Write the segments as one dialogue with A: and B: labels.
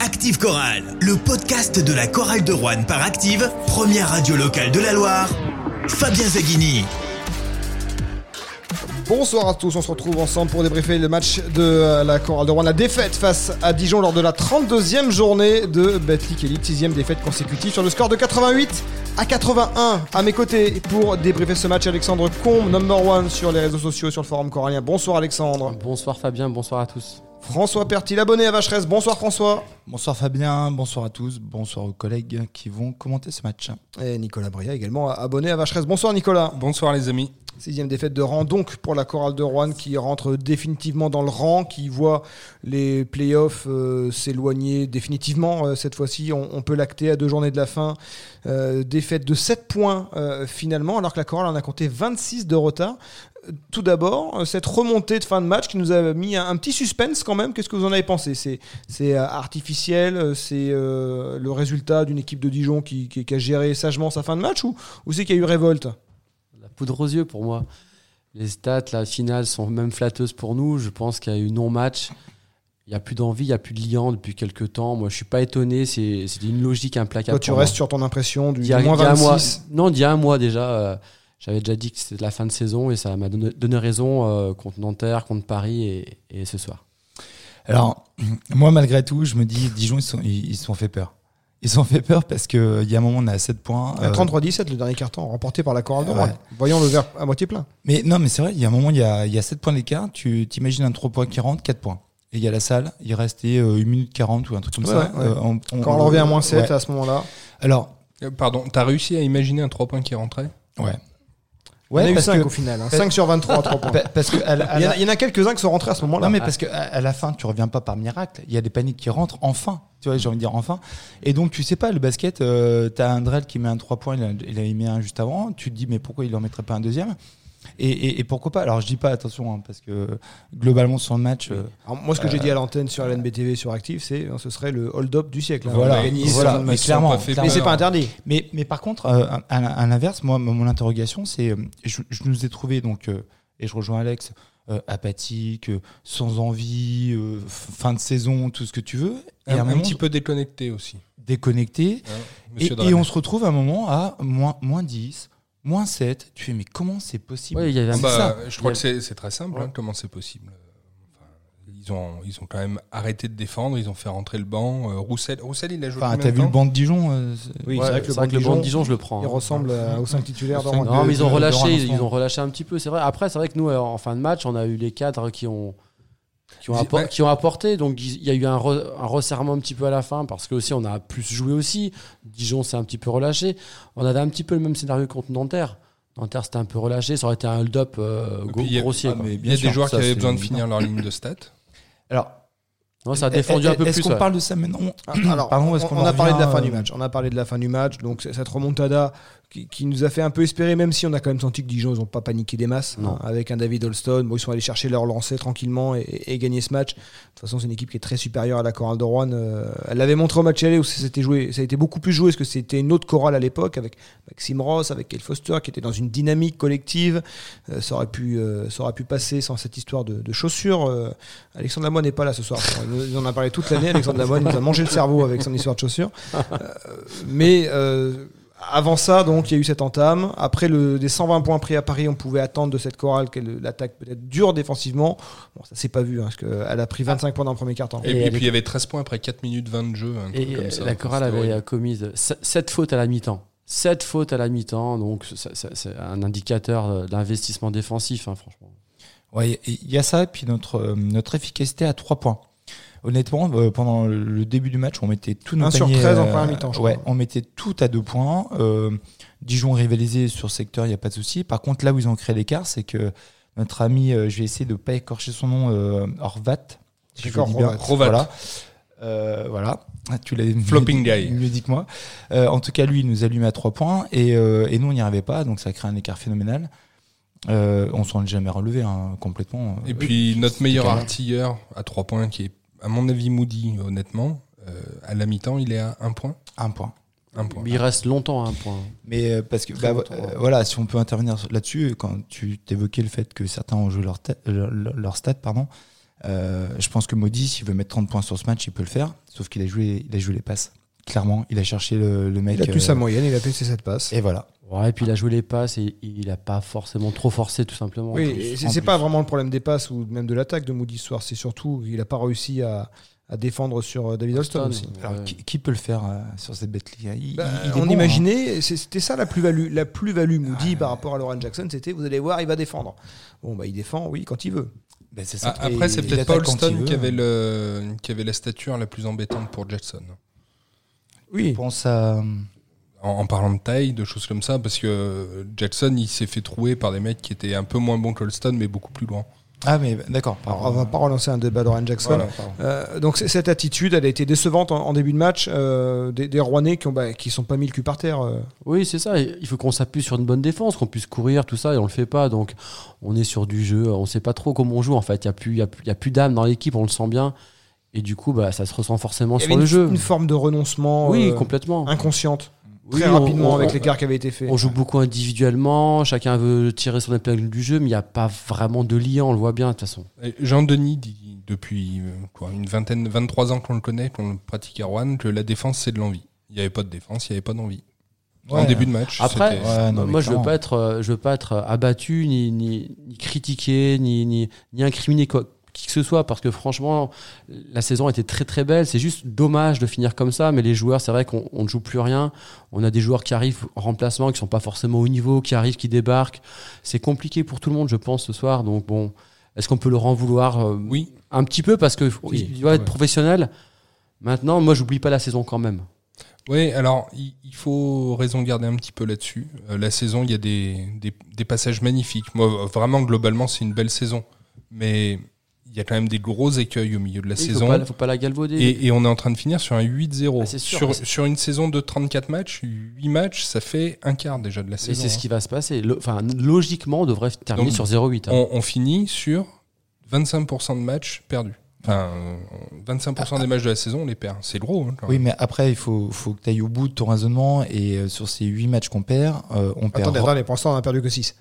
A: Active Chorale, le podcast de la chorale de Rouen par Active, première radio locale de la Loire, Fabien Zaghini.
B: Bonsoir à tous, on se retrouve ensemble pour débriefer le match de euh, la Chorale de Rouen, la défaite face à Dijon lors de la 32e journée de Betlic Elite, 6 défaite consécutive sur le score de 88 à 81. À mes côtés pour débriefer ce match, Alexandre Combe, number one sur les réseaux sociaux, sur le forum corallien. Bonsoir Alexandre.
C: Bonsoir Fabien, bonsoir à tous.
B: François Pertil, abonné à Vacheresse. Bonsoir François.
D: Bonsoir Fabien, bonsoir à tous, bonsoir aux collègues qui vont commenter ce match.
B: Et Nicolas Bria également abonné à Vacheresse. Bonsoir Nicolas.
E: Bonsoir les amis.
B: Sixième défaite de rang donc pour la chorale de Rouen qui rentre définitivement dans le rang, qui voit les playoffs euh, s'éloigner définitivement euh, cette fois-ci. On, on peut l'acter à deux journées de la fin. Euh, défaite de 7 points euh, finalement, alors que la chorale en a compté 26 de retard. Euh, Tout d'abord, euh, cette remontée de fin de match qui nous a mis un, un petit suspense quand même. Qu'est-ce que vous en avez pensé C'est c'est, euh, artificiel, euh, c'est euh, le résultat d'une équipe de Dijon qui, qui- qui a géré sagement sa fin de match ou, ou c'est qu'il y a eu révolte
C: La poudre aux yeux pour moi. Les stats, la finale sont même flatteuses pour nous. Je pense qu'il y a eu non-match. Il n'y a plus d'envie, il n'y a plus de liant depuis quelques temps. Moi, je suis pas étonné. C'est c'est une logique implacable.
B: Toi, tu
C: pour moi.
B: restes sur ton impression du,
C: D'il
B: du
C: y a-
B: moins
C: d'il y a un mois-
B: 26.
C: non, d'il y a un mois déjà. euh, J'avais déjà dit que c'était la fin de saison et ça m'a donné, donné raison euh, contre Nanterre, contre Paris et, et ce soir.
D: Alors, moi malgré tout, je me dis, Dijon, ils se sont, ils, ils se sont fait peur. Ils se sont fait peur parce qu'il y a un moment, on est à 7 points.
B: À
D: euh,
B: 33-17, le dernier carton remporté par la chorale de Rouen.
D: Ouais.
B: Voyons le verre à moitié plein.
D: euh, mais non, mais c'est vrai, il y a un moment, il y a, il y a 7 points d'écart. Tu t'imagines un 3 points qui rentre, 4 points. Et il y a la salle, il restait euh, 1 minute 40 ou un truc comme
B: Ouais,
D: ça.
B: ouais.
D: Euh, on,
B: Quand on revient à moins euh. 7
D: ouais.
B: à ce moment-là,
D: Alors,
E: Euh, Pardon, t'as réussi à imaginer un 3 points qui rentrait
D: ouais.
B: on a
D: Ouais,
B: eu
D: parce
B: 5
D: que.
B: au final. hein.
D: pa-
B: 5 sur 23 à 3 points.
D: pa- Parce que à la- à
B: Il y, en
D: la-
B: a, il y en a quelques-uns qui sont rentrés à ce moment-là.
D: Non, mais parce que à, à la fin, tu reviens pas par miracle. Il y a des paniques qui rentrent enfin. Tu vois, j'ai envie de dire enfin. Et donc, tu sais pas, le basket, euh, t'as un Drell qui met un 3 points, il, a- il avait mis un juste avant. Tu te dis, mais pourquoi il en mettrait pas un deuxième et, et- et pourquoi pas Alors, je dis pas, attention, hein, parce que globalement, sur le match. euh,
B: Alors, moi, ce que j'ai dit à l'antenne sur LNBTV sur Active, c'est hein, ce serait le hold-up du siècle. hein.
D: Voilà.
B: On organise-
D: Voilà. mais clairement,
B: Mais c'est pas interdit.
D: Mais, mais par contre, euh, à, à- à l'inverse, moi, mon mon interrogation, c'est, euh, je, je nous ai trouvé donc, euh, et je rejoins Alex, euh, apathique, euh, sans envie, euh, f- fin de saison, tout ce que tu veux, et
E: un,
D: à
E: un
D: moment
E: petit peu déconnecté aussi.
D: déconnecté.
E: hein,
D: Et,
E: monsieur
D: et
E: Dragan.
D: on se retrouve à un moment à moins, moins 10, moins 7. Tu fais, mais comment c'est possible
C: Ouais, il y avait un
E: Ah
D: C'est
E: bah,
D: ça.
E: Je crois
C: Il y
E: que c'est c'est très simple.
C: Ouais.
E: hein, comment c'est possible Enfin, ils, ont, ils ont quand même arrêté de défendre. Ils ont fait rentrer le banc. Euh, Roussel, Roussel, il a joué.
D: Enfin,
E: combien
D: t'as
E: de
D: vu le
E: temps
D: banc de Dijon euh, c'est-
B: Oui,
C: Ouais,
B: c'est vrai que le banc de
C: banc
B: Dijon,
C: de Dijon, je le prends.
B: il
C: hein.
B: ressemble euh, au 5 titulaires de
D: Au cinq-
B: Rouen.
C: Non, mais ils ont
D: de- de
C: relâché,
D: Laurent
C: ils
D: Armstrong.
C: ont relâché un petit peu, c'est vrai. Après, c'est vrai que nous, euh, en fin de match, on a eu les cadres qui ont, qui ont,
E: Dis-
C: appo-
E: ouais.
C: qui ont apporté. Donc, il y a eu un, re- un resserrement un petit peu à la fin parce que aussi on a plus joué aussi. Dijon s'est un petit peu relâché. On avait un petit peu le même scénario contre Nanterre. Nanterre, c'était un peu relâché. Ça aurait été un hold-up euh,
E: Et
C: gro-
E: puis, il y a-
C: grossier.
D: Ah,
C: quoi.
D: mais
E: Il y a
D: bien sûr,
E: des joueurs
D: ça,
E: qui avaient
D: c'est
E: besoin de
D: évident.
E: finir leur ligne de stats.
D: Alors,
C: Non, ça a
E: Eh,
C: défendu un peu
D: est-ce
C: plus.
D: qu'on
C: ouais.
D: parle de ça maintenant
B: Ah, Alors,
D: Pardon,
B: on,
D: est-ce qu'on
B: on a
D: en
B: parlé de la
D: revient,
B: fin du
D: euh,
B: match. On a parlé de la fin du match. Donc c- cette remontada qui, qui nous a fait un peu espérer, même si on a quand même senti que Dijon, ils n'ont pas paniqué des masses.
C: Non.
B: hein, avec un David Holston, bon, ils sont allés chercher leur lancer tranquillement et, et- et gagner ce match. De toute façon, c'est une équipe qui est très supérieure à la chorale de Rouen. Euh, elle l'avait montré au match aller où c'était joué. Ça a été beaucoup plus joué parce que c'était une autre chorale à l'époque avec Maxime Ross, avec Kel Foster, qui était dans une dynamique collective. Euh, ça aurait pu, euh, ça aurait pu passer sans cette histoire de, de chaussures. Euh, Alexandre Lamoine n'est pas là ce soir. Il nous- Il en a parlé toute l'année. Alexandre Lamoine nous a mangé le cerveau avec son histoire de chaussures. Euh, mais euh, avant ça, donc, il y a eu cette entame. Après le, des 120 points pris à Paris, on pouvait attendre de cette chorale qu'elle l'attaque peut-être dure défensivement. Bon, ça s'est pas vu, hein, parce qu'elle a pris 25 points dans le premier quart-temps.
E: Et,
C: Et
E: puis-
C: avec-
E: puis, il y avait 13 points après 4 minutes 20 de jeu. un truc
C: Et
E: comme ça.
C: la
E: Enfin,
C: chorale
E: c'était
C: avait
E: horrible.
C: euh, commis 7 fautes à la mi-temps. 7 fautes à la mi-temps, donc ça- ça- c'est un indicateur euh, d'investissement défensif, hein, franchement.
D: Ouais, il y- il y a ça, et puis notre, euh, notre efficacité à 3 points. Honnêtement, euh, pendant le début du match, on mettait tout nos
B: Un sur
D: paniers,
B: 13 en
D: euh,
B: première mi-temps, je
D: Ouais,
B: crois.
D: on mettait tout à 2 points. Euh, Dijon rivalisé sur secteur, il n'y a pas de souci. Par contre, là où ils ont créé l'écart, c'est que notre ami, euh, je vais essayer de ne pas écorcher son nom, euh, Horvat. Si je le
B: D'accord,
D: dis bien.
B: Horvat.
E: Horvat.
D: Voilà. Euh, voilà. Ah, Tu l'as
E: Flopping
D: mieux dit-
E: guy.
D: Mieux dit que moi. Euh, en tout cas, lui, il nous allume à 3 points et, euh, et nous, on n'y arrivait pas. Donc, ça crée un écart phénoménal. Euh, on s'en est jamais relevé hein, complètement.
E: Et puis notre meilleur
D: carré.
E: artilleur à 3 points, qui est à mon avis Moody, honnêtement, euh, à la mi-temps, il est à 1 point.
D: Euh, un point.
E: Un point.
C: Mais il reste longtemps à un point.
D: Mais euh, parce que
C: Très
D: bah,
C: longtemps,
D: euh,
C: ouais.
D: voilà, si on peut intervenir là-dessus, quand tu t'évoquais le fait que certains ont joué leur, ta- leur, leur- leur stat, pardon, Euh, je pense que Maudit, s'il veut mettre 30 points sur ce match, il peut le faire. Sauf qu'il a joué, il a joué les passes. Clairement, il a cherché le, le mec.
B: Il a tenu
D: euh,
B: sa moyenne, il a tenu ses 7 passes.
D: Et voilà.
C: Ouais, et puis il a joué les passes et il a pas forcément trop forcé, tout simplement.
B: Oui,
C: En plus.
B: et c'est-
D: en
B: c'est pas
D: plus.
B: vraiment le problème des passes ou même de l'attaque de Moody ce soir, c'est surtout qu'il n'a pas réussi à, à défendre sur euh, David Holston aussi.
C: Ouais.
D: Alors, qui, qui peut le faire euh, sur cette bête là il,
B: Bah,
D: il est
B: on
D: bon, hein.
B: imaginait, c'est- c'était ça la plus-value, la plus-value Moody
C: Ah,
B: par rapport à Lauren Jackson, c'était vous allez voir, il va défendre. Bon bah il défend, oui, quand il veut.
D: Bah, c'est ça.
E: Ah, Après,
D: Et
E: c'est
D: il
E: peut-être
D: attaque
E: Paul
D: quand il
E: Stone
D: veut. hein.
E: qui avait, le, qui avait la stature la plus embêtante pour Jackson.
D: Je
B: Oui.
D: pense à. euh,
E: En, en parlant de taille, de choses comme ça, parce que euh, Jackson, il s'est fait trouer par des mecs qui étaient un peu moins bons que Holston, mais beaucoup plus loin.
D: Ah, mais d'accord.
B: Alors, on va pas relancer un débat Lauren Jackson.
E: Voilà.
B: Euh, donc c- cette attitude, elle a été décevante en, en début de match euh, des, des Rouennais qui ont bah, qui sont pas mis le cul par terre. euh.
C: Oui, c'est ça. Et Il faut qu'on s'appuie sur une bonne défense, qu'on puisse courir, tout ça, et on le fait pas. Donc, on est sur du jeu. On sait pas trop comment on joue, en fait. Il n'y a plus, il y a plus, il y a plus d'âme dans l'équipe, on le sent bien. Et du coup, bah, ça se ressent forcément
B: Il y
C: sur
B: avait
C: le
B: une,
C: jeu.
B: une forme de renoncement
C: oui,
B: euh,
C: complètement.
B: inconsciente
C: Oui,
B: très
C: on-
B: rapidement
C: on-
B: avec
C: on-
B: l'écart qui avait été fait.
C: On joue beaucoup individuellement, chacun veut tirer son épingle du jeu, mais il n'y a pas vraiment de lien, on le voit bien de toute façon.
E: Et Jean-Denis dit depuis euh, quoi, une vingtaine, 23 ans qu'on le connaît, qu'on le pratique à Rouen, que la défense, c'est de l'envie. Il n'y avait pas de défense, il n'y avait pas d'envie. En
D: Ouais.
E: début de match.
C: Après,
E: c'était-
D: Ouais, Ah, non, mais
C: Moi, je veux
D: clairement.
C: pas être, euh, je veux pas être abattu, ni, ni, ni critiqué, ni, ni, ni incriminé quoi- qui que ce soit, parce que franchement, la saison était très très belle. C'est juste dommage de finir comme ça, mais les joueurs, c'est vrai qu'on on ne joue plus rien. On a des joueurs qui arrivent en remplacement, qui sont pas forcément au niveau, qui arrivent, qui débarquent. C'est compliqué pour tout le monde, je pense, ce soir. Donc bon, est-ce qu'on peut leur en vouloir euh,
E: Oui,
C: un petit peu parce que faut-
B: Oui,
C: il doit être
B: ouais.
C: professionnel. Maintenant, moi, j'oublie pas la saison quand même.
E: Oui, alors il il faut raison garder un petit peu là-dessus. Euh, la saison, il y a des, des- des passages magnifiques. Moi, euh, vraiment, globalement, c'est une belle saison. Mais il y a quand même des gros écueils au milieu de la
C: Il faut
E: saison.
C: pas, faut pas la galvauder.
E: Et, et on est en train de finir sur un 8-0.
C: Ah, c'est sûr,
E: sur,
C: mais c'est-
E: sur une saison de 34 matchs, 8 matchs, ça fait un quart déjà de la
C: Et
E: saison.
C: c'est ce
E: hein.
C: qui va se passer. Lo- Enfin, logiquement, on devrait terminer
E: Donc,
C: sur 0,8. hein.
E: on, on finit sur 25% de matchs perdus. Enfin, euh, 25% des matchs de la saison, on les perd. C'est gros. hein, quand
D: Oui,
E: même.
D: mais après, il faut, faut que tu ailles au bout de ton raisonnement. Et euh, sur ces 8 matchs qu'on perd, euh, on perd.
B: Attendez, attendez, pour l'instant on a perdu que 6.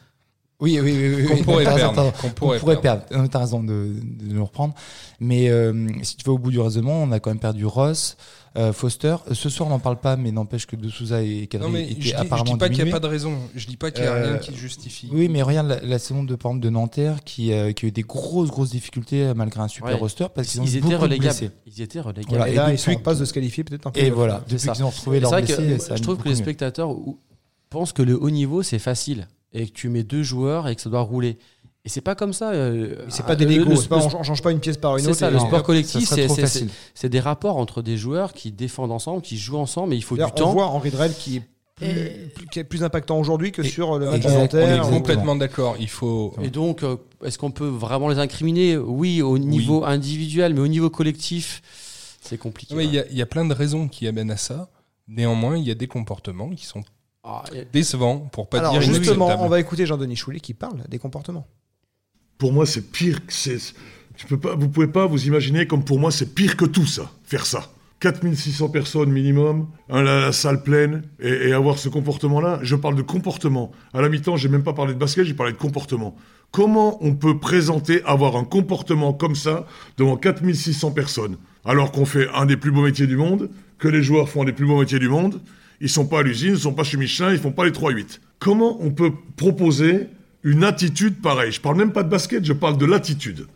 D: Oui, oui, oui. oui,
E: Qu'on
D: oui.
E: pourrait
D: T'as raison,
E: perdre,
D: t'as raison.
E: qu'on
D: On
E: pourrait
D: pourrait, perdre. Non, T'as raison de, de nous reprendre. Mais euh, si tu vas au bout du raisonnement, on a quand même perdu Ross, euh, Foster. Ce soir, on n'en parle pas, mais n'empêche que De Souza et
E: Non,
D: Kadri
E: mais je dis,
D: étaient
E: je dis pas
D: apparemment
E: qu'il n'y a
D: diminués.
E: pas de raison. Je dis pas qu'il n'y a
D: Euh,
E: rien qui le justifie.
D: Oui, mais regarde la, la saison de par exemple, de Nanterre qui, euh, qui a eu des grosses grosses difficultés euh, malgré un super
C: Ouais.
D: roster parce qu'ils ont
C: ils,
D: beaucoup
C: étaient
D: de
C: relégables.
D: blessés.
C: Ils étaient relégables.
D: Voilà,
B: et,
D: et
B: là ils sont
D: depuis
B: en passe de se qualifier peut-être un peu.
D: Et voilà,
C: C'est
D: depuis
C: ça.
D: qu'ils ont retrouvé
C: C'est
D: leur
C: vrai que
D: blessé,
C: euh,
D: ça a
C: je
D: mis
C: trouve que
D: beaucoup
C: les
D: mieux.
C: spectateurs ou- pensent que le haut niveau, c'est facile. Et que tu mets deux joueurs et que ça doit rouler. Et c'est pas comme ça. euh,
B: C'est
C: ah,
B: pas des
C: le-
B: négos,
C: le-
B: c'est pas
C: le-
B: on ch- on change pas une pièce par une
C: C'est
B: autre.
C: ça,
B: et-
C: le
B: Non.
C: sport
D: Ça
C: collectif,
D: serait
C: c'est-
D: trop
C: c'est c'est-
D: facile.
C: c'est des rapports entre des joueurs qui défendent ensemble, qui jouent ensemble, mais il faut du
B: D'ailleurs, on
C: temps.
B: voit Henri Drell qui est plus,
C: Et-
B: plus- qui est plus impactant aujourd'hui que
D: Et-
B: sur le
D: et
B: match
D: on- on est
B: d'Anterre.
E: On est
D: Exactement.
E: complètement d'accord. Il faut.
C: Et donc, euh, est-ce qu'on peut vraiment les incriminer Oui, au niveau individuel, mais au niveau collectif, c'est compliqué.
E: Non, mais Il y, a- il y a plein de raisons qui amènent à ça. Néanmoins, il y a des comportements qui sont
C: Ah, et-
E: décevants, pour pas
B: Alors
E: dire
B: justement, on
E: inacceptables.
B: va écouter Jean-Denis Choulet qui parle des comportements.
F: Pour moi, c'est pire que c'est. Tu peux pas, vous pouvez pas vous imaginer comme pour moi, c'est pire que tout ça, faire ça. 4600 personnes minimum, hein, la, la salle pleine, et, et avoir ce comportement-là. Je parle de comportement. À la mi-temps, j'ai même pas parlé de basket, j'ai parlé de comportement. Comment on peut présenter avoir un comportement comme ça devant 4600 personnes, alors qu'on fait un des plus beaux métiers du monde, que les joueurs font un des plus beaux métiers du monde, ils sont pas à l'usine, ils sont pas chez Michelin, ils font pas les 3-8. Comment on peut proposer une attitude pareille Je parle même pas de basket, je parle de l'attitude.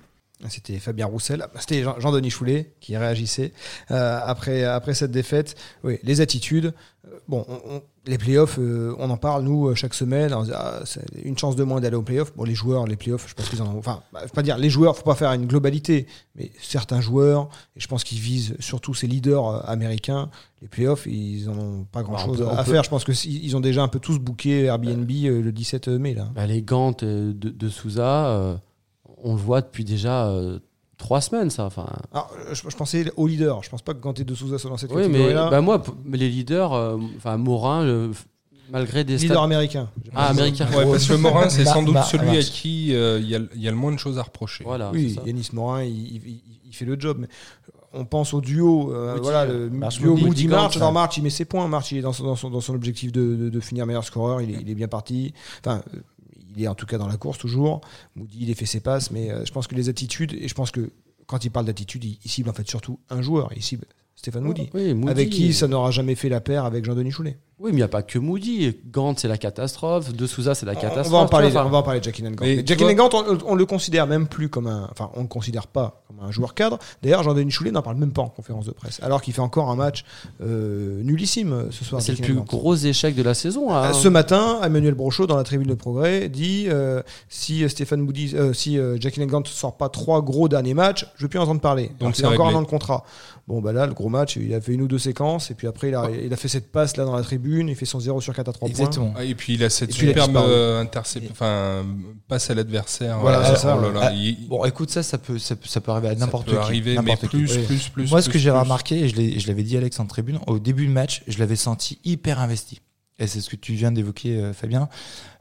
B: C'était Fabien Roussel, c'était Jean- Jean-Denis Choulet qui réagissait euh, après, après cette défaite. Oui, les attitudes. Euh, Bon, on- on- les playoffs, euh, on en parle nous euh, chaque semaine. On se dit, ah, c'est une chance de moins d'aller aux playoffs. Bon, les joueurs, les playoffs, je pense qu'ils en ont. Enfin, bah, faut pas dire les joueurs, faut pas faire une globalité, mais certains joueurs, et je pense qu'ils visent surtout ces leaders euh, américains. Les playoffs, ils en ont pas grand chose
C: Bah, on peut- on
B: à
C: peut-
B: faire. Je pense que si- ils ont déjà un peu tous booké Airbnb euh, le 17 mai là.
C: Bah, les Gants euh, de, de Souza, euh, on le voit depuis déjà euh, trois semaines, ça. Enfin,
B: Alors, je, je pensais aux leaders. Je pense pas que Ganté de Souza soit dans cette
C: oui, mais
B: catégorie-là.
C: bah, moi, p- mais les leaders, euh, enfin Morin, euh, f- malgré des
B: leader
C: stats.
B: américain.
C: Ah, américain.
E: Ouais, parce que Morin, c'est
D: Bah,
E: sans doute
D: bah,
E: celui
D: bah.
E: à qui euh, il y, a- il y a le moins de choses à reprocher.
C: Voilà, c'est
B: oui,
C: ça.
B: Yanis Morin, il, il- il fait le job. Mais on pense au duo. euh,
C: Moody,
B: voilà, le
D: March
B: duo
D: Moody,
B: Moody
C: Moody
B: March.
C: Gant,
B: Alors
C: ouais.
B: March, il met ses points. March, il est dans son, dans son, dans son objectif de, de- de finir meilleur scoreur. Il est, il est bien parti. Enfin, euh, il est en tout cas dans la course toujours. Moody, il a fait ses passes. Mais euh, je pense que les attitudes, et je pense que quand il parle d'attitude, il, il cible en fait surtout un joueur. Il cible Stéphane Moody.
C: Oui, Moody. euh,
B: Avec qui ça n'aura jamais fait la paire avec Jean-Denis Choulet.
C: Oui, mais il n'y a pas que Moody. Gant, c'est la catastrophe. De Souza, c'est la catastrophe.
B: On va en parler,
C: tu vois,
B: on va en parler de Jackie Nangant.
E: Mais
B: Mais
E: tu
B: Jackie
E: vois-
B: Nangant, on, on le considère même plus comme un. Enfin, on le considère pas comme un joueur cadre. D'ailleurs, Jean-Denis Choulet n'en parle même pas en conférence de presse. Alors qu'il fait encore un match euh, nullissime euh, ce soir.
C: C'est le
B: Jackie
C: plus
B: Nangant.
C: gros échec de la saison. hein.
B: Euh, Ce matin, Emmanuel Brochot, dans la tribune de progrès, dit euh, si Stéphane Moody, euh, si euh, Jackie Nangant ne sort pas trois gros derniers matchs, je ne veux plus entendre parler. Donc
E: c'est
B: c'est encore
E: réglé.
B: dans le contrat. Bon, bah là, le gros match, il a fait une ou deux séquences, et puis après, il a, il a fait cette passe là dans la tribune, il fait son 0 sur 4 à 3 points.
D: Exactement.
E: Ah, Et puis il a cette
B: Et puis, il a
E: superbe
B: disparu.
E: euh, intercep- enfin, passe à l'adversaire.
B: Voilà,
E: Euh,
B: c'est ça.
E: oh là là,
D: Ah,
E: il-
D: Bon, écoute, ça, ça peut, ça, peut- ça peut arriver à
E: ça
D: n'importe
E: peut
D: qui.
E: arriver, mais
D: n'importe qui.
E: plus,
D: Oui.
E: plus, plus.
D: Moi, ce
E: plus,
D: que j'ai
E: plus.
D: remarqué, et je l'ai- je l'avais dit, Alex, en tribune, au début de match, je l'avais senti hyper investi. Et c'est ce que tu viens d'évoquer, euh, Fabien.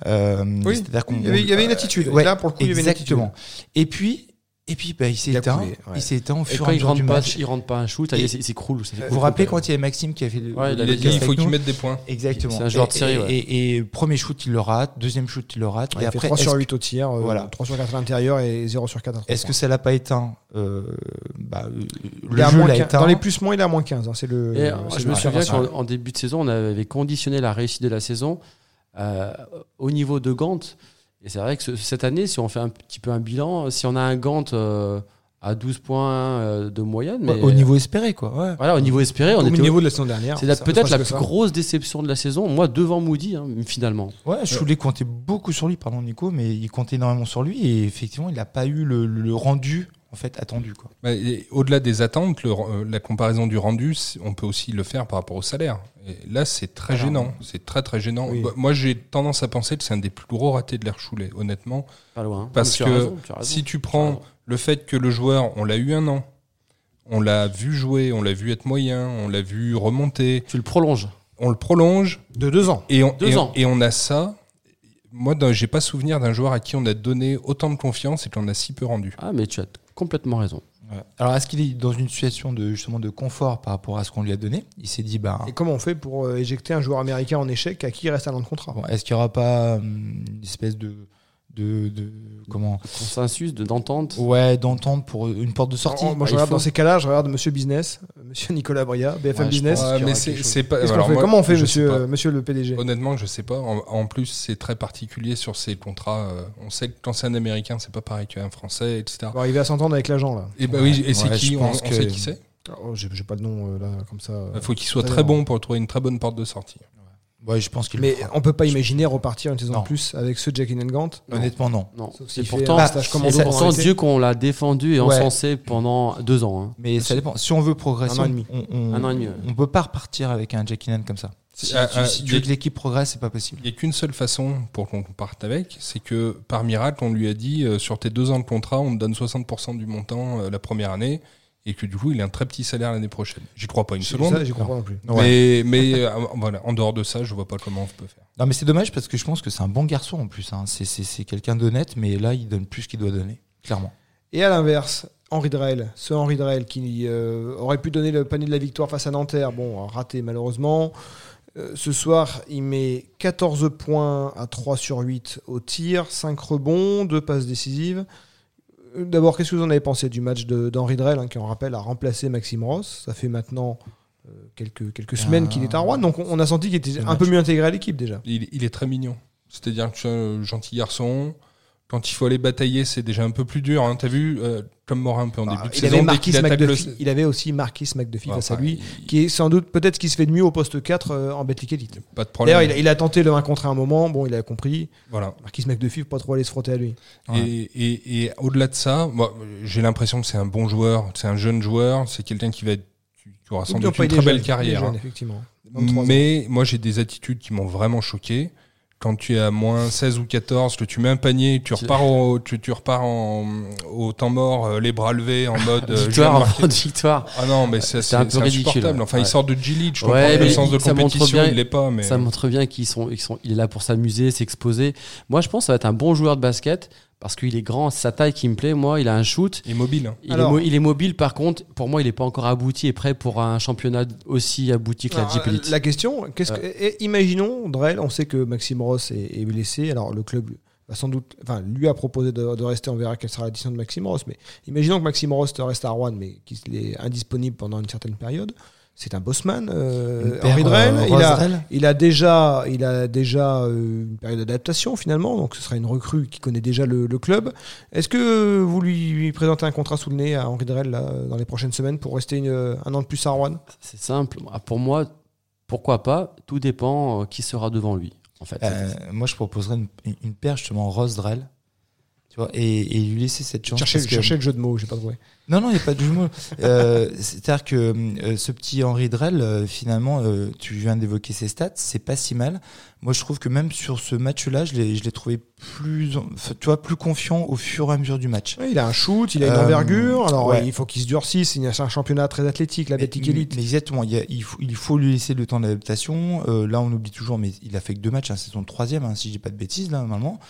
D: Euh,
B: Oui,
D: c'est-à-dire qu'on-
B: il y avait- il y avait une attitude.
D: Ouais,
B: Là, pour le coup, il y avait une
D: exactement. Et puis, et puis bah, il s'est
B: Il a
D: éteint.
B: coulé, ouais.
D: Il s'est éteint au
C: Et quand
D: fur et
C: il
D: à mesure du
C: rentre pas,
D: match.
C: il rentre pas un shoot, ça
D: Et-
C: y est, c'est c'est croul.
B: Euh,
C: ça fait
D: Vous
C: croul,
D: vous rappelez
C: quoi.
D: quand il y avait Maxime qui a fait le.
C: Ouais,
E: Il
D: le podcast
E: a dit il faut
D: avec
E: qu'il
D: nous
E: mette des points.
D: Exactement.
C: C'est un joueur de
D: Et-
C: série,
D: Et,
C: ouais.
D: et- et premier shoot, il le rate. Deuxième shoot, il le rate.
B: il
D: et
B: a fait
D: après,
B: 3 sur
D: est-ce
B: 8 au tir, euh,
D: Voilà.
B: 3 sur 4 à l'intérieur et 0 sur 4 à 3
D: Est-ce que
B: points.
D: ça l'a pas éteint euh, bah, euh,
B: Il est
D: Le
B: à
D: jeu
B: moins
D: l'a
B: 15.
D: éteint.
B: Dans les plus moins, il est à moins 15. hein, c'est le,
C: Et, euh,
B: c'est
C: je
B: le
C: me souviens
B: ratio.
C: qu'en en début de saison, on avait conditionné la réussite de la saison euh, au niveau de Gant. Et c'est vrai que ce- cette année, si on fait un petit peu un bilan, si on a un Gant euh, à 12 points euh, de moyenne, mais
D: Ouais, Bah, au niveau espéré, quoi. Ouais.
C: voilà, au niveau espéré, on
B: Comme
C: était
B: au niveau de la saison dernière.
C: c'est la-
B: ça,
C: peut-être
B: presque
C: la plus
B: ça.
C: grosse déception de la saison, moi devant Moody hein, finalement.
D: Ouais, Choulet comptait beaucoup sur lui, pardon Nico, mais il comptait énormément sur lui et effectivement, il n'a pas eu le, le rendu en fait attendu quoi.
E: Bah, et Au-delà des attentes, le- euh, la comparaison du rendu, c'est- on peut aussi le faire par rapport au salaire. Et là, c'est très
D: Alors,
E: gênant. C'est très, très gênant.
B: Oui.
E: Bah, Moi, j'ai tendance à penser que c'est un des plus gros ratés de l'air Choulet, honnêtement.
C: Pas loin. hein.
E: Parce
C: Tu as
E: que
C: raison, tu as raison,
E: si tu
C: as
E: prends
C: raison.
E: le fait que le joueur, on l'a eu un an, on l'a vu jouer, on l'a vu être moyen, on l'a vu remonter,
C: tu le prolonges.
E: on le prolonge
B: De 2 ans.
E: et on,
C: Deux
E: et,
C: ans.
E: et on a ça. Moi, dans- j'ai pas souvenir d'un joueur à qui on a donné autant de confiance et qu'on a si peu rendu.
C: Ah mais tu as complètement raison.
D: Alors est-ce qu'il est dans une situation de justement de confort par rapport à ce qu'on lui a donné Il s'est dit bah
B: Et comment on fait pour euh, éjecter un joueur américain en échec à qui il reste un an de contrat
D: bon, est-ce qu'il n'y aura pas hum, une espèce de de, de comment
C: Le consensus de d'entente.
D: ouais d'entente pour une porte de sortie Bah,
B: Oh, moi, je
C: Ah, il
B: regarde
C: faut.
B: dans ces cas-là, je regarde Monsieur Business, euh, Monsieur Nicolas Bria, BFM
C: Ouais, je
B: Business.
C: pense.
E: Ouais,
C: qu'il y
E: mais
C: aura
E: c'est
C: quelque
E: c'est pas.
B: Qu'est-ce qu'on
E: alors,
B: fait
E: moi,
B: Comment on fait,
E: je sais
B: monsieur,
E: pas.
B: euh, monsieur le PDG
E: Honnêtement, je sais pas. En, en plus, c'est très particulier sur ces contrats. euh, on sait que quand c'est un Américain, c'est pas pareil qu'un Français, etc.
B: On va arriver à s'entendre avec l'agent, là.
E: Et bah oui,
D: Ouais,
E: et c'est
D: ouais,
E: qui
D: je
E: on,
D: pense
E: on
D: que- bah,
E: sait qui c'est.
B: Oh, J'ai j'ai pas de nom, euh, là, comme ça. euh.
E: Il Ah, faut qu'il soit
B: Ouais,
E: très
B: non.
E: bon pour trouver une très bonne porte de sortie.
D: Ouais, je pense qu'il
B: Mais
D: le fera.
B: on peut pas imaginer repartir une saison
D: Non.
B: de plus avec ce Jackie Nangant.
D: honnêtement non.
C: Non.
B: Sauf
C: C'est
B: s'il fait
C: pourtant,
B: un
D: Bah,
B: stage
D: et
B: commando
D: ça-
B: pendant
D: sans
C: pourtant
B: l'été.
C: Dieu qu'on l'a défendu et
D: Ouais.
C: encensé pendant deux ans. hein.
D: Mais ça dépend. Si on veut progresser,
B: Un an et demi.
D: on, on-
C: Un an et demi, ouais.
D: on peut pas repartir avec un Jackie Nan comme ça. Si,
E: Ah,
D: tu-
E: ah,
D: si tu
E: Jack-
D: veux que l'équipe progresse, c'est pas possible.
E: Il n'y a qu'une seule façon pour qu'on parte avec, c'est que par miracle, on lui a dit euh, sur tes deux ans de contrat, on te donne 60% du montant euh, la première année, et que du coup, il a un très petit salaire l'année prochaine. J'y crois pas une seconde.
B: Ça, j'y comprends non plus.
D: Ouais.
E: Mais, mais euh, voilà, en dehors de ça, je vois pas comment on peut faire.
D: Non, mais c'est dommage parce que je pense que c'est un bon garçon en plus. hein. C'est- C'est c'est quelqu'un d'honnête, mais là, il donne plus qu'il doit donner, clairement.
B: Et à l'inverse, Henri Drell, ce Henri Drell qui euh, aurait pu donner le panier de la victoire face à Nanterre, bon, raté malheureusement. Euh, ce soir, il met 14 points à 3 sur 8 au tir, 5 rebonds, 2 passes décisives. Euh, D'abord, qu'est-ce que vous en avez pensé du match de- d'Henri Drell, hein, qui en rappelle a remplacé Maxime Ross Ça fait maintenant euh, quelques, quelques semaines qu'il est à Rouen, donc on, on a senti qu'il était
D: Quel
B: un peu
D: match.
B: mieux intégré à l'équipe déjà.
E: Il, il est très mignon. C'est-à-dire que c'est un gentil garçon. Quand il faut aller batailler, c'est déjà un peu plus dur. hein. T'as vu, euh, comme Morin un peu en
B: Ah,
E: début de
B: il,
E: saison,
B: avait
E: dès qu'il
B: Marquis
E: attaque le...
B: McDuffie, il avait aussi Marquis McDuffie
E: Ouais,
B: face à
E: enfin,
B: lui.
E: il-
B: qui est sans doute peut-être ce qui se fait de mieux au poste 4 euh, en Betclic Elite.
E: Pas de problème.
B: D'ailleurs, il, a- il a tenté le 1 contre 1 à un moment, bon, il a compris.
E: Voilà.
B: Marquis McDuffie, faut pas trop aller se frotter à lui.
D: Ouais.
E: Et, et- et au-delà de ça, moi, j'ai l'impression que c'est un bon joueur, c'est un jeune joueur, c'est quelqu'un qui va être- qui qui aura Ah, sans
B: Donc,
E: doute
B: pas,
E: une
B: il est
E: très belle
B: jeune, il est
E: carrière.
B: jeune,
E: hein.
B: effectivement. 23 ans.
E: Mais moi, j'ai des attitudes qui m'ont vraiment choqué. Quand tu es à moins 16 ou 14, que tu mets un panier, et que tu
C: Tu-
E: repars au, tu, tu repars en, au temps mort, euh, les bras levés, en mode. euh, je viens de
C: Victoire
E: marquer.
C: avant victoire.
E: Ah non, mais ça,
C: C'était
E: c'est
C: un peu
E: c'est
C: ridicule,
E: insupportable.
C: ouais.
E: Enfin, il sort de G-League, je
C: Ouais,
E: comprends que le
C: mais
E: sens de
C: ça montre
E: compétition,
C: bien-
E: il l'est pas, mais.
C: Ça montre bien qu'ils sont, ils sont, il est là pour s'amuser, s'exposer. Moi, je pense que ça va être un bon joueur de basket parce qu'il est grand, c'est sa taille qui me plaît. Moi, il a un shoot.
E: Il est mobile. hein.
C: Il,
B: Alors-
C: est, mo- il est mobile, par contre, pour moi, il n'est pas encore abouti et prêt pour un championnat aussi abouti que la
B: Alors, euh,
C: Jeep Elite.
B: la question, qu'est-ce que, et- imaginons, Drell, on sait que Maxime Ross est, est blessé. Alors, le club va sans doute, enfin, lui a proposé de, de rester. On verra quelle sera la décision de Maxime Ross. Mais imaginons que Maxime Ross reste à Rouen, mais qu'il est indisponible pendant une certaine période. C'est un bossman, euh,
D: Père,
B: Henri Dreyel.
D: euh,
B: il, a,
D: Rosedrel.
B: il a déjà, il a déjà euh, une période d'adaptation finalement, donc ce sera une recrue qui connaît déjà le, le club. Est-ce que vous lui, lui présentez un contrat sous le nez à Henri Drell là, dans les prochaines semaines pour rester une- un an de plus à Rouen
C: C'est simple. Ah, Pour moi, pourquoi pas Tout dépend euh, qui sera devant lui. En fait,
D: Euh, moi, je proposerais une, une paire justement Rose Drell, tu vois, et, et lui laisser cette chance.
B: Cherchez,
D: parce que-
B: cherchez le jeu de mots, j'ai pas trouvé.
D: Non, non, il n'y a pas de jeu de mots. Euh, C'est-à-dire que euh, ce petit Henri Drell, euh, finalement, euh, tu viens d'évoquer ses stats, c'est pas si mal. Moi, je trouve que même sur ce match-là, je l'ai je l'ai trouvé plus, en- enfin, tu vois, plus confiant au fur et à mesure du match.
B: Ouais, il a un shoot, il a une
D: Euh,
B: envergure. Alors
D: ouais.
B: il faut qu'il se durcisse. Il y a un championnat très athlétique, l'athlétique
D: Mais-
B: élite.
D: mais exactement, il, y a- il faut, il faut lui laisser le temps d'adaptation. Euh, là, on oublie toujours, mais il a fait que deux matchs, hein, c'est son troisième, hein, si je dis pas de bêtises, là, normalement.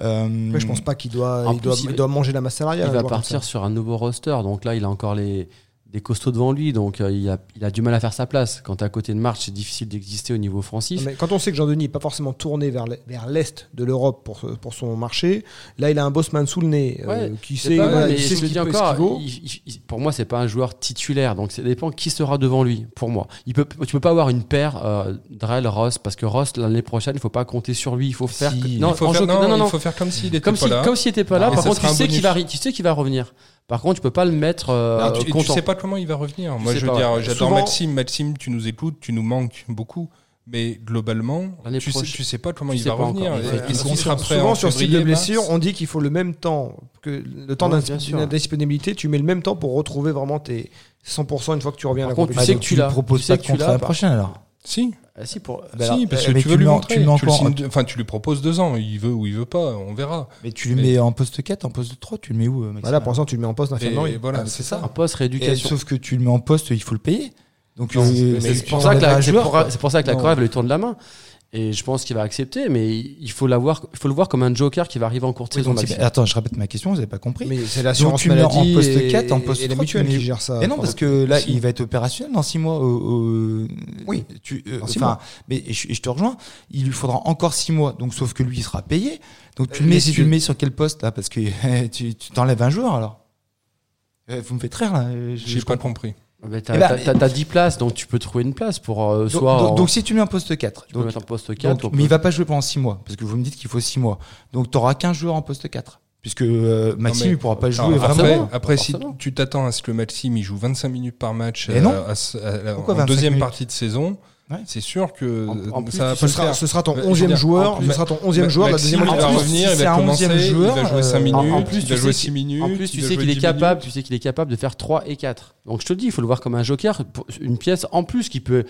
D: Euh,
B: Après, je pense pas qu'il doit,
C: En
B: il doit,
C: plus, il-
B: il doit manger la masse salariale.
C: il
B: un
C: va
B: joueur comme ça.
C: partir sur un nouveau roster. Donc là, il a encore les, des costauds devant lui. Donc euh, il, a, il a du mal à faire sa place. Quand tu à côté de March, c'est difficile d'exister au niveau offensif.
B: Mais quand on sait que Jean-Denis n'est pas forcément tourné vers l'e- vers l'Est de l'Europe pour, ce- pour son marché, là il a un bossman sous le nez euh,
C: Ouais,
B: qui
C: C'est
B: sait,
C: pas mal,
B: voilà,
C: mais
B: il sait ce
C: je
B: qu'il
C: le dis
B: peut, ce qu'il
C: encore,
B: vaut.
C: il- il- il- pour moi, c'est pas un joueur titulaire. Donc, ça dépend qui sera devant lui. Pour moi, il peut, tu peux pas avoir une paire euh, Drell Ross parce que Ross l'année prochaine, il faut pas compter sur lui. Il faut faire
D: Si.
C: que-
D: Il
E: Il faut
C: en
E: faire-
C: jeu-
E: non, il faut faire comme s'il était
C: comme
E: pas
C: si,
E: là.
C: comme s'il était pas là.
E: Et
C: Par
E: ça
C: contre,
E: sera
C: tu
E: un
C: sais qu'il
E: bonus.
C: va, ri- tu sais qu'il va revenir. Par contre, tu peux pas le mettre euh,
E: Et tu, et tu
C: content.
E: sais pas comment il va revenir.
C: Tu
E: Moi,
C: sais
E: je veux
C: pas,
E: dire,
C: ouais.
E: j'adore
B: Souvent-
E: Maxime. Maxime, tu nous écoutes, tu nous manques beaucoup. Mais globalement,
C: L'année
E: tu sais,
C: prochaine.
E: tu sais pas comment
C: Tu
E: il
C: sais
E: va
C: pas
E: revenir.
C: encore.
E: Et-
C: Ouais.
E: et s'il sera prêt
B: Souvent
E: en
B: sur ce type de
E: février, mars,
B: blessure, on dit qu'il faut le même temps que le temps
C: Ouais,
B: d'ins-
C: bien sûr.
B: d'indisponibilité, tu mets le même temps pour retrouver vraiment tes 100% une fois que tu reviens
C: Par
B: à la
C: contre,
D: bah,
C: tu sais
D: donc,
C: que
D: tu
C: l'as.
D: lui proposes
C: Tu sais
D: pas
C: que tu
D: de
C: l'as
D: contrat l'année
C: pas.
D: prochaine alors
E: Si,
C: Ah, si, pour-
D: Bah,
E: si,
D: alors,
E: parce
D: euh,
E: que
D: mais
E: tu veux
D: tu
E: lui
D: l'en-
E: montrer.
D: tu l'en
E: Tu le
D: prends-
E: signes de- Enfin, tu lui proposes deux ans. Il veut ou il veut pas, on verra.
D: Mais tu le
E: Mais-
D: mets en poste 4, en poste 3, tu le mets où, euh, Maxime
B: Voilà, pour l'instant, tu le mets en poste
E: Et,
B: d'infirmier.
E: voilà,
D: Ah,
E: c'est
D: c'est
E: ça.
C: un poste
D: Et
C: rééducation.
D: Sauf que tu le mets en poste, il faut le payer. Donc,
E: Non,
D: euh,
E: mais
D: tu-
C: C'est
D: tu
C: pour, ça que
D: enlèves un
C: la- c'est
D: joueur,
C: pour-
D: quoi.
C: c'est pour ça que la
D: Non.
C: Croix lui tourne la main. Et je pense qu'il va accepter, mais il faut, l'avoir, il faut le voir comme un joker qui va arriver en cours de
D: Oui,
C: saison.
D: donc,
C: Maxime.
D: c'est- Attends, je répète ma question, vous avez pas compris.
B: Mais c'est l'assurance
D: tu le mets en
B: maladie
D: poste
B: et-
D: 4, en
B: et-
D: poste
B: et les
D: 3, tu
B: mutuelles
D: le mets-
B: qui gèrent ça.
D: Mais non,
B: Enfin,
D: parce que là,
B: si.
D: il va être opérationnel dans six mois. au- au-
B: Oui.
D: Tu, euh,
B: Dans six
D: enfin, mais je, et je te rejoins. Il lui faudra encore six mois. Donc, sauf que lui, il sera payé. Donc, tu le
B: Euh, Mais
D: mets,
B: si
D: si
B: tu-
D: tu le mets sur quel poste là Parce que tu tu t'enlèves un joueur alors. Euh, Vous me faites rire là. euh, je-
E: J'ai
D: je
E: pas
D: comprends.
E: compris.
C: Mais t'as,
D: Eh ben,
C: t'as-
D: mais-
C: t'as- t'as 10 places, donc tu peux trouver une place pour euh,
D: Donc,
C: soit.
D: donc-
C: en-
D: donc, si tu mets un poste 4,
C: tu peux
D: donc,
C: mettre un poste
D: donc,
C: 4. on
D: mais il
C: peut-
D: va pas jouer pendant six mois. Parce que vous me dites qu'il faut six mois. Donc, tu auras 15 joueurs en poste 4. Puisque euh, Maxime,
E: mais-
D: il pourra pas
E: Alors,
D: jouer
E: après,
D: vraiment.
E: après,
C: Forcément.
E: si tu t'attends à ce que Maxime il joue 25 minutes par match
D: Mais
E: euh,
D: non.
E: à ce- à-
D: Pourquoi
E: en
D: 25
E: deuxième
D: minutes
E: partie de saison,
D: Ouais.
E: c'est sûr que
C: En- en plus,
E: ça va
B: ce
E: pas le
B: sera,
E: faire.
B: ce sera ton
E: Mais-
B: 11e
E: en
B: joueur,
E: plus-
B: ce sera ton 11e joueur de la
E: Maxime,
B: deuxième
E: il
D: en
E: va
D: plus,
B: ligue.
D: si
E: revenir, il
D: c'est
E: va
D: un
E: commencer,
D: onzième joueur,
E: il va jouer 5
D: euh,
E: minutes,
D: en- en
C: plus,
E: il
C: tu
E: va
C: sais
E: jouer
C: qu'il-
E: 6 minutes.
C: En plus, tu
E: il va
C: sais
E: jouer
C: qu'il est
E: 10
C: capable,
E: minutes.
C: tu sais qu'il est capable de faire 3 et 4. Donc je te le dis, il faut le voir comme un joker, pour- une pièce en plus qui peut.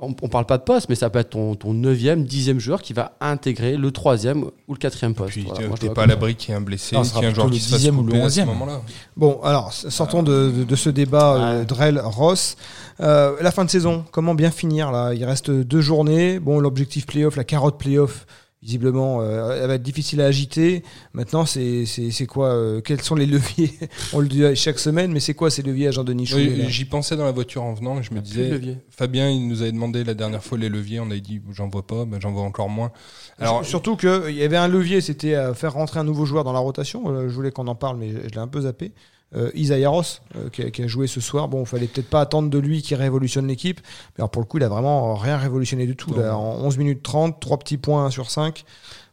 C: On, on parle pas de poste, mais ça peut être ton, ton 9e, 10e joueur qui va intégrer le 3e ou le 4e poste.
E: Puis euh,
C: Voilà,
E: t'es-
C: moi, je
E: t'es
C: vois
E: pas à
C: comme ça.
E: l'abri qu'il y ait un blessé,
D: Non, ce
E: qu'il
D: sera
E: y ait un joueur
D: plutôt
E: qui
D: le
E: se fasse
D: dixième ou le
E: couper à ce
D: onzième.
E: moment-là.
B: Bon, alors, s- sortons de, de- de ce débat euh, Drell-Ross. Euh, la fin de saison, comment bien finir là Il reste deux journées. Bon, l'objectif playoff, la carotte playoff, visiblement, euh, elle va être difficile à agiter. Maintenant, c'est c'est- c'est quoi euh, Quels sont les leviers On le dit chaque semaine, mais c'est quoi ces leviers à Jean-Denis Choulet,
E: Oui,
B: là
E: J'y pensais dans la voiture en venant, et je me
C: Plus de
E: disais,
C: levier.
E: Fabien, il nous avait demandé la dernière fois les leviers, on avait dit j'en vois pas, bah, j'en vois encore moins. Alors,
B: Alors, surtout qu'il y avait un levier, c'était euh, faire rentrer un nouveau joueur dans la rotation. Euh, je voulais qu'on en parle, mais je, je l'ai un peu zappé. Euh, Isaiah Ross, euh, qui, a, qui a joué ce soir. Bon, fallait peut-être pas attendre de lui qu'il révolutionne l'équipe. Mais alors, pour le coup, il a vraiment rien révolutionné du tout.
E: Non.
B: Là, en 11 minutes 30, 3 petits points sur 5.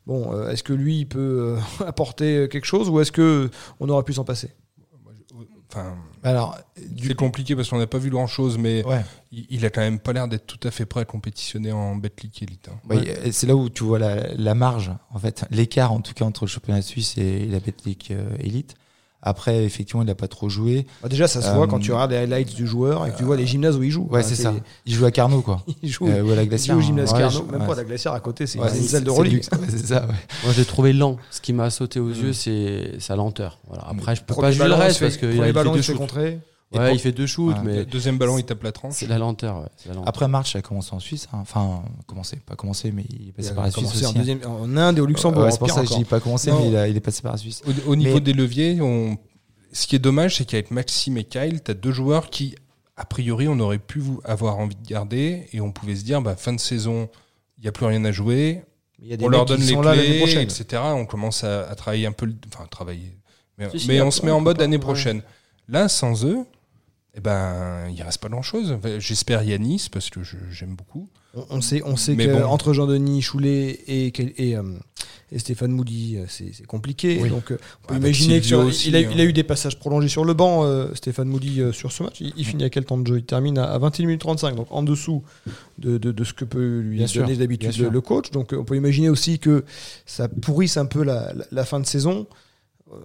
B: Bon, euh, est-ce que lui, il peut euh, apporter quelque chose ou est-ce que euh, on aurait pu s'en passer
E: enfin,
D: Alors,
E: c'est compliqué parce qu'on n'a pas vu grand chose, mais
D: ouais.
E: il, il a quand même pas l'air d'être tout à fait prêt à compétitionner en Betclic Elite. hein.
D: Bah, y- et C'est là où tu vois la, la marge, en fait, l'écart en tout cas entre le championnat suisse et la Betclic euh, Elite. Après, effectivement, il n'a pas trop joué.
B: Bah, Déjà, ça se
D: Euh,
B: voit quand tu regardes les highlights du joueur et que tu vois les gymnases où il joue.
D: Ouais,
B: Enfin,
D: c'est ça. Il joue à Carnot, quoi.
B: Il joue,
D: Euh, ou à la
B: il
D: glacière.
B: joue au gymnase
D: Ouais,
B: Carnot,
D: je-
B: même
D: ouais,
B: pas la glacière à côté, c'est
D: ouais,
B: une
D: c'est-
B: salle de
D: c'est
B: rolling.
D: luxe, ouais, c'est ça, ouais.
C: Moi, je l'ai trouvé lent. Ce qui m'a sauté aux yeux, c'est sa lenteur. Voilà. Après, je peux
B: Premier
C: pas juger le
B: ballon, il se
C: reste
B: fait-
C: parce qu'il
B: premier
C: a- il fait
B: ballon,
C: deux
B: il se fait
C: shoots.
B: contrer.
D: Et
C: Ouais,
D: pour-
C: il fait deux shoots,
D: Ouais.
E: Le
C: mais
E: deuxième ballon, il tape la tranche.
C: c'est la lenteur. ouais, c'est la lenteur.
D: Après, March a commencé en Suisse. hein. Enfin, commencé, pas commencé, mais il est
B: Il
D: passé
B: a
D: par la Suisse
B: commencé
D: aussi.
B: en,
D: hein.
B: deuxième- en Inde et au Luxembourg.
D: Ouais,
B: en
D: c'est pour
B: pire
D: ça que je
B: encore.
D: dis pas commencé,
E: Non.
D: mais il, a- il est passé par la Suisse.
E: Au, au niveau
D: Mais-
E: des leviers, on... ce qui est dommage, c'est qu'avec Maxime et Kyle, tu as deux joueurs qui, a priori, on aurait pu vous- avoir envie de garder et on pouvait se dire, bah, fin de saison, il n'y a plus rien à jouer.
B: Mais il y a des
E: on
B: mecs
E: leur donne
B: qui
E: les
B: sont là l'année
E: clés,
B: prochaine.
E: etc. On commence à, à travailler un peu, le- enfin à travailler. Mais,
C: Si, si,
E: mais
C: y a-
E: on se met en
C: on
E: mode
C: peut
E: l'année
C: pas-
E: prochaine. Là, sans eux, eh ben, il reste pas grand chose. J'espère Yanis parce que je- j'aime beaucoup.
B: On, on sait, on sait
E: Mais
B: que
E: bon.
B: entre Jean-Denis Choulet et, quel- et, euh, et Stéphane Moody, euh, c'est c'est compliqué.
E: Oui.
B: Donc, euh, on peut
E: Avec
B: imaginer qu'il
E: Silvio aussi,
B: a,
E: hein.
B: il a eu des passages prolongés sur le banc, euh, Stéphane Moody, euh, sur ce match. Il, il finit à quel temps de jeu Il termine à, à 21 minutes 35, donc en dessous de, de- de ce que peut lui
D: Bien sûr,
B: donner
D: bien
B: d'habitude
D: sûr.
B: le coach. Donc, euh, on peut imaginer aussi que ça pourrisse un peu la, la- la fin de saison. Euh,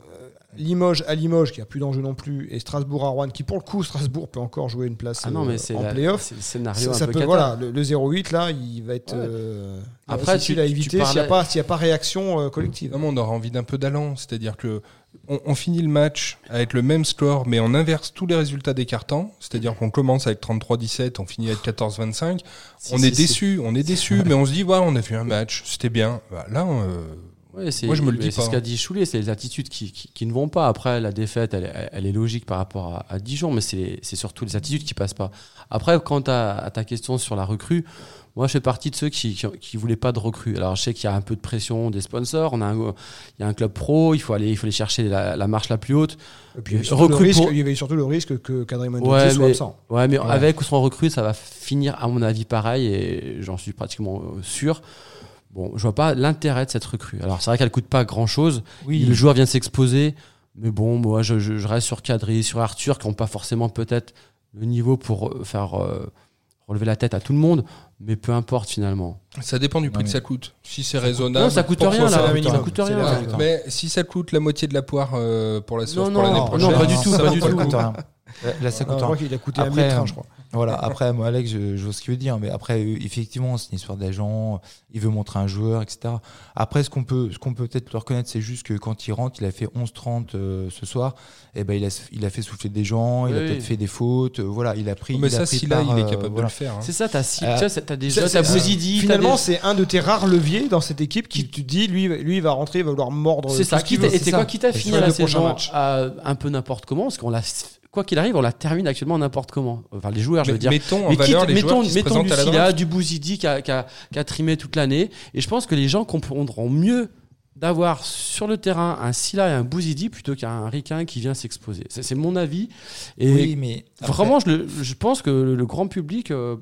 B: Limoges à Limoges qui a plus d'enjeu non plus et Strasbourg à Rouen qui pour le coup Strasbourg peut encore jouer une place
C: Ah non, mais
B: euh,
C: c'est
B: en
C: la-
B: playoff
C: c'est le scénario
B: ça,
C: un
B: ça
C: peu
B: peut,
C: cata.
B: voilà, le, le 0-8 là, il va être
C: Ouais.
B: euh,
C: Après,
B: difficile
C: tu-
B: à
C: tu
B: éviter s'il n'y a
C: parlais-
B: pas s'il y a pas réaction euh, collective.
E: Non, mais on aura envie d'un peu d'allant. C'est-à-dire que on, on finit le match avec le même score, mais on inverse tous les résultats des cartons. C'est-à-dire qu'on commence avec 33-17, on finit avec 14-25.
C: Si,
E: On
C: si,
E: est
C: si.
E: déçu, on est déçu, mais on se dit, ouais, on a vu un match, c'était bien. Bah, là, euh,
C: Ouais, c'est-
E: Moi, je me le
C: mais
E: dis
C: C'est
E: pas,
C: ce
E: hein.
C: qu'a dit Choulet, c'est les attitudes qui, qui, qui ne vont pas. Après, la défaite, elle, est- elle est logique par rapport à, à Dijon, mais c'est c'est surtout les attitudes qui passent pas. Après, quant à, à ta question sur la recrue, moi, je fais partie de ceux qui, qui, qui voulaient pas de recrue. Alors, je sais qu'il y a un peu de pression des sponsors. On a un, il y a un club pro. Il faut aller, il faut aller chercher la, la marche la plus haute.
B: Et puis, il y, avait
C: Euh,
B: surtout le
C: recrue
B: risque-
C: pour-
B: il y avait surtout le risque que Kadrimon
C: Ouais,
B: soit
C: mais-
B: absent.
C: Ouais, mais
B: Ouais.
C: avec ou sans recrue, ça va finir, à mon avis, pareil, et j'en suis pratiquement euh, sûr. Bon, je vois pas l'intérêt de cette recrue. Alors, c'est vrai qu'elle coûte pas grand chose. Le joueur vient de s'exposer, mais bon, moi, je, je- je reste sur Kadri, sur Arthur, qui n'ont pas forcément peut-être le niveau pour euh, faire euh, relever la tête à tout le monde, mais peu importe finalement.
E: ça dépend du prix
D: Ouais,
E: que
D: mais-
E: ça coûte. Si c'est raisonnable.
C: non, ça coûte
E: pour
C: rien,
E: soi,
C: là.
E: ça-
B: coûte
C: Ça
B: rien.
C: coûte
B: C'est
C: rien.
B: la- hein.
C: là.
B: D'accord.
E: Mais si ça coûte la moitié de la poire euh, pour la sauce
C: Non,
E: pour
C: non,
E: l'année
C: non,
E: prochaine,
C: pas du tout,
E: ça
C: pas
E: vaut
C: du
E: le
C: tout.
E: coup.
D: rien. Là, ça
B: Non, je
D: coûte rien.
B: crois qu'il a coûté
D: Après,
B: 1
D: euh,
B: je crois.
D: Voilà, après, moi, Alex, je, je vois ce qu'il veut dire, mais après, euh, effectivement, c'est une histoire d'agent, il veut montrer un joueur, etc. Après, ce qu'on peut, ce qu'on peut peut-être leur reconnaître, c'est juste que quand il rentre, il a fait 11-30 euh, ce soir, et ben, il a, il a fait souffler des gens, il a
C: Oui.
D: peut-être fait des fautes, euh, voilà, il a pris.
E: Oh, Mais
D: il a
E: ça,
D: pris
E: si là,
D: part,
E: il est
D: euh,
E: capable de le
D: voilà.
E: faire. hein.
C: C'est ça, t'as si,
D: Euh,
C: tu vois, t'as des
B: c'est-
C: jeux, t'as
B: c'est-
C: Bozidi, t'as
B: Finalement,
C: des-
B: c'est un de tes rares leviers dans cette équipe qui tu te dis lui lui il va rentrer, il va vouloir mordre
C: C'est
B: euh, tout
C: ça.
B: ce qu'il
C: Quitte,
B: veut.
C: et c'est quoi,
B: ça.
C: quitte à
B: sur
C: finir
B: les
C: la
B: deux prochains
C: saison
B: matchs.
C: à un peu n'importe comment, parce qu'on la, quoi qu'il arrive, on la termine actuellement n'importe comment. Enfin, les joueurs, je veux
E: Mais-
C: dire.
E: Mettons en
C: Mais
E: valeur
C: quitte-
E: les
C: mettons,
E: joueurs qui se
C: mettons
E: présentent
C: du
E: à la
C: Silla,
E: draft.
C: du Bouzidi qui a, qui a- qui a trimé toute l'année. Et je pense que les gens comprendront mieux d'avoir sur le terrain un Silla et un Bouzidi plutôt qu'un Riquin qui vient s'exposer. C'est c'est mon avis. Et
D: Oui, mais. après-
C: vraiment, je, le- je pense que le, le grand public euh,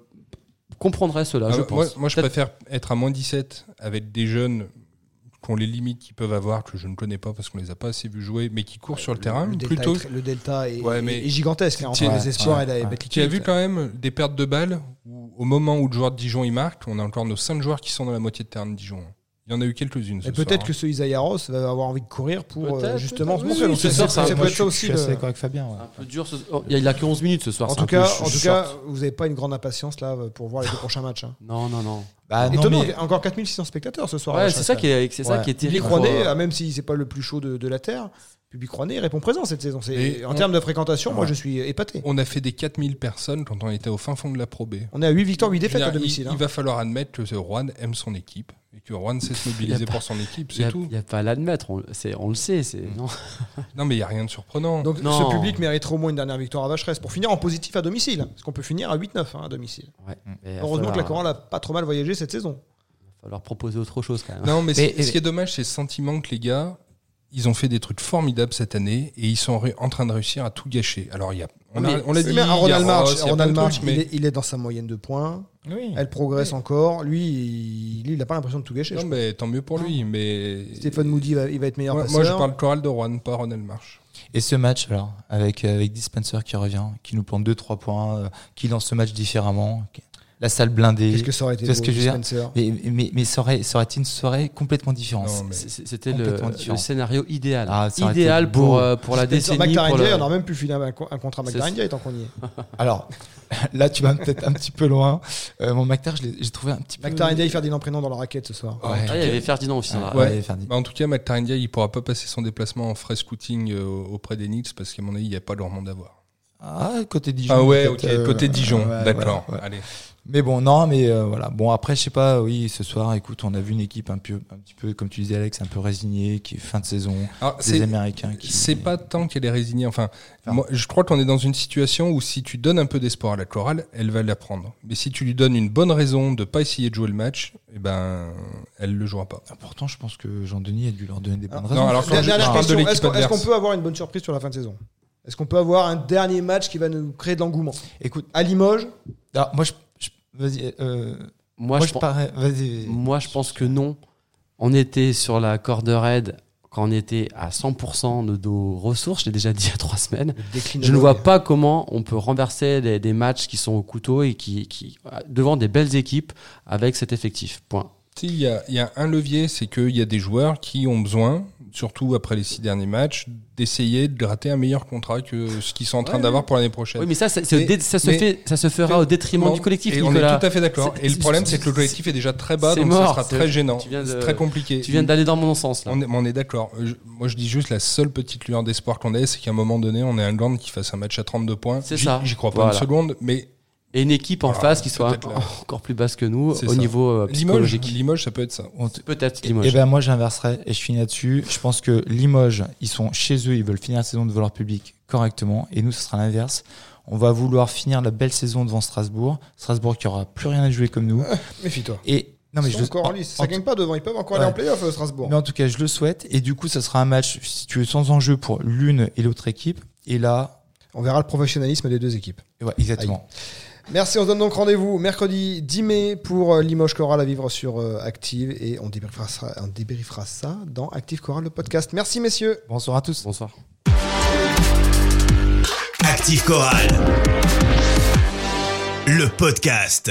C: comprendrait cela,
E: Ah,
C: je
E: moi-
C: pense.
E: Moi, moi, je
C: Peut-être-
E: préfère être à moins 17 avec des jeunes qui ont les limites qu'ils peuvent avoir, que je ne connais pas parce qu'on les a pas assez vus jouer, mais qui courent sur le, terrain.
B: le delta,
E: plutôt,
B: est, très- le delta est,
E: Ouais, mais-
B: est gigantesque hein, entre
E: Ouais,
B: les espoirs
D: ouais,
B: et la
D: ouais.
B: Betclic.
E: tu as vu quand même des pertes de balles où, au moment où le joueur de Dijon y marque, on a encore nos 5 joueurs qui sont dans la moitié de terrain de Dijon. Il y en a eu quelques-unes. ce
B: Et peut-être
E: soir,
B: que ce Isaiah Ross va avoir envie de courir pour euh,
C: Peut-être,
B: justement
C: peut-être,
B: se
C: oui,
B: montrer.
C: oui,
B: Donc,
C: c'est
B: ça
C: sûr, ça-
B: ça
D: moi,
B: peut
D: je
B: être
D: suis-
B: ça aussi.
D: Je suis assez
B: le-
D: d'accord avec Fabien. ouais.
C: Un peu dur ce- oh, Il a 11 minutes ce soir.
B: En
C: c'est
B: tout
C: un peu
B: cas,
C: ch-
B: en tout
C: short.
B: cas, vous n'avez pas une grande impatience là pour voir les deux prochains matchs. hein.
C: Non, non, non.
D: Bah, non,
B: Étonnant,
D: mais-
B: encore 4600 spectateurs ce soir.
C: Ouais, c'est ça qui est, c'est ça
D: Ouais.
C: qui est
B: Public
C: terrible.
B: Rouennais, ah, même si c'est pas le plus chaud de, de la terre, public Rouennais répond présent cette saison. C'est-
E: Et
B: en
E: on-
B: termes de fréquentation, moi
D: Ouais.
B: je suis épaté.
E: On a fait des 4000 personnes quand on était au fin fond de la Pro B.
B: On est à 8 victoires, 8
E: Je veux
B: défaites
E: dire,
B: à domicile.
E: il,
B: hein.
E: il va falloir admettre que ce Juan aime son équipe et que Juan sait se
C: Il y
E: mobiliser
C: a pas-
E: pour son équipe,
C: Il n'y
E: c'est
C: a,
E: tout.
C: il y a pas à l'admettre, on, c'est- on le sait. c'est non.
E: Non, mais il n'y a rien de surprenant.
B: Donc
C: Non.
B: ce public mériterait au moins une dernière victoire à Vacheresse pour finir en positif à domicile. Parce qu'on peut finir à 8-9 hein, à domicile.
C: Ouais.
D: Mm.
C: Mais il va
B: Heureusement que la
C: falloir-
B: Corale a pas trop mal voyagé cette saison.
C: Il va falloir proposer autre chose quand même.
E: non, mais, c'est-
D: mais-
E: ce qui est dommage, c'est le sentiment que les gars, ils ont fait des trucs formidables cette année et ils sont ré- en train de réussir à tout gâcher. Alors, il y a, on a-
C: Mais-
E: on l'a dit,
B: Mais
E: il y a
B: Ronald
E: Ross,
B: March,
E: il y a plein de
B: Ronald
E: trucs,
B: March,
E: mais-
B: il, est, il est dans sa moyenne de points.
D: Oui.
B: Elle progresse encore. Lui, il, il n'a pas l'impression de tout gâcher.
E: Non,
B: je
E: mais tant mieux pour lui. Mais
B: Stéphane Moody va, il va être meilleur
E: Moi,
B: passeur.
E: moi, je parle Coral de Rouen, pas Ronald Marsh.
D: Et ce match, alors, avec, avec Dispenser qui revient, qui nous plante 2-3 points, euh, qui lance ce match différemment, qui- la salle blindée.
B: Qu'est-ce que ça aurait été
D: Tu vois ce
B: beau,
D: que je veux dire
B: Spencer
D: mais, mais, mais ça aurait, ça aurait été une soirée complètement différente.
E: Non, mais-
C: C'est- c'est- C'était le,
D: Complètement
C: le
D: différent.
C: scénario idéal.
D: Ah, ça aurait été
C: idéal pour,
D: beau.
C: euh, pour la
B: Spencer
C: décennie. pour
B: McTarrendier,
C: le-
B: on aurait même pu filer un, co- un contrat
C: C'est
B: McTarrendier tant qu'on y est.
D: Alors, là, tu vas peut-être un petit peu loin. Euh, mon McTar, je l'ai- j'ai trouvé un petit peu.
B: McTarrendier, il fait des noms prénoms dans la raquette ce soir.
D: Ouais.
C: Ah, il y avait Ferdinand aussi. dans la-
D: Ouais,
E: Ouais.
D: Ferdi.
E: Bah, en tout cas, McTarndia, il pourra pas passer son déplacement en frais scouting euh, auprès des Knicks parce qu'à mon avis, il n'y a pas leur monde à voir.
D: Ah, côté Dijon.
E: Ah ouais, ok,
D: peut-être, euh,
E: côté Dijon,
D: ouais,
E: d'accord.
D: ouais, ouais.
E: Allez.
D: Mais bon, non, mais euh, voilà. Bon, après, je sais pas, oui, ce soir, écoute, on a vu une équipe un, peu, un petit peu, comme tu disais, Alex, un peu résignée, qui est fin de saison,
E: Alors,
D: des
E: c'est-
D: Américains qui.
E: C'est pas tant qu'elle est résignée. Enfin,
D: Ah.
E: moi, je crois qu'on est dans une situation où si tu donnes un peu d'espoir à la chorale, elle va la prendre. Mais si tu lui donnes une bonne raison de pas essayer de jouer le match, eh ben, elle le jouera pas.
D: Ah, Pourtant, je pense que Jean-Denis a dû leur donner des bonnes
B: Non,
D: raisons.
E: alors, quand
D: Ah,
E: je
B: Dernière
E: parle de
B: question,
E: l'équipe
B: est-ce qu'on est-ce qu'on
E: adverse.
B: peut avoir une bonne surprise sur la fin de saison Est-ce qu'on peut avoir un dernier match qui va nous créer de l'engouement
D: Écoute,
B: À Limoges,
D: alors, moi, je. je- Vas-y, euh,
C: Moi,
D: moi,
C: je
D: je
C: pense-
D: parais- Vas-y.
C: Moi, je pense que non. On était sur la corde raide quand on était à 100% de nos ressources, je l'ai déjà dit il y a trois semaines. Je ne vois pas comment on peut renverser des, des matchs qui sont au couteau et qui, qui devant des belles équipes avec cet effectif. Point.
E: Tu sais, Il y a, il y a un levier, c'est qu'il y a des joueurs qui ont besoin, surtout après les six derniers matchs, d'essayer de gratter un meilleur contrat que ce qu'ils sont en train
C: Ouais,
E: d'avoir pour l'année prochaine.
C: Oui, mais ça, c'est- c'est au
E: Mais-
C: dé- ça, se
E: mais-
C: fait, ça se fera au détriment
E: Non,
C: du collectif,
E: et On
C: Nicolas.
E: est tout à fait d'accord.
C: C'est-
E: Et le problème, c'est que le collectif est déjà très bas,
C: c'est
E: donc
C: mort,
E: ça sera
C: c'est-
E: très gênant.
C: tu viens de-
E: C'est très compliqué.
C: Tu viens d'aller dans mon sens, là.
E: On est, mais on est d'accord. Euh, je- Moi, je dis juste la seule petite lueur d'espoir qu'on ait, c'est qu'à un moment donné, on ait un Gand qui fasse un match à 32 points.
C: C'est
E: J'y-
C: ça.
E: J'y crois pas
C: Voilà.
E: une seconde, mais
C: Et une équipe en
E: Ah,
C: face qui soit
E: peut-être là.
C: encore plus basse que nous au
E: C'est ça.
C: niveau euh,
E: Limoges,
C: psychologique.
E: Limoges, ça peut être ça.
D: On-
C: Peut-être
D: Eh
C: Limoges.
D: ben moi j'inverserai et je finis là-dessus. Je pense que Limoges, ils sont chez eux, ils veulent finir la saison devant leur public correctement et nous ce sera l'inverse. On va vouloir finir la belle saison devant Strasbourg. Strasbourg qui aura plus rien à jouer comme nous.
B: Méfie-toi.
D: Et non mais
B: Ils
D: je
B: sont
D: le-
B: encore en lice.
D: en-
B: Ça gagne pas devant. Ils peuvent encore
D: Ouais.
B: aller en playoff euh, Strasbourg.
D: Mais en tout cas, je le souhaite et du coup, ça sera un match si tu veux sans enjeu pour l'une et l'autre équipe et là
B: On verra le professionnalisme des deux équipes.
D: ouais, exactement.
B: Merci, on se donne donc rendez-vous mercredi 10 mai pour euh, Limoges Choral à vivre sur euh, Active et on débriefera, ça, on débriefera ça dans Active Choral le podcast. Merci messieurs.
D: Bonsoir à tous.
C: Bonsoir.
A: Active Chorale. Le podcast.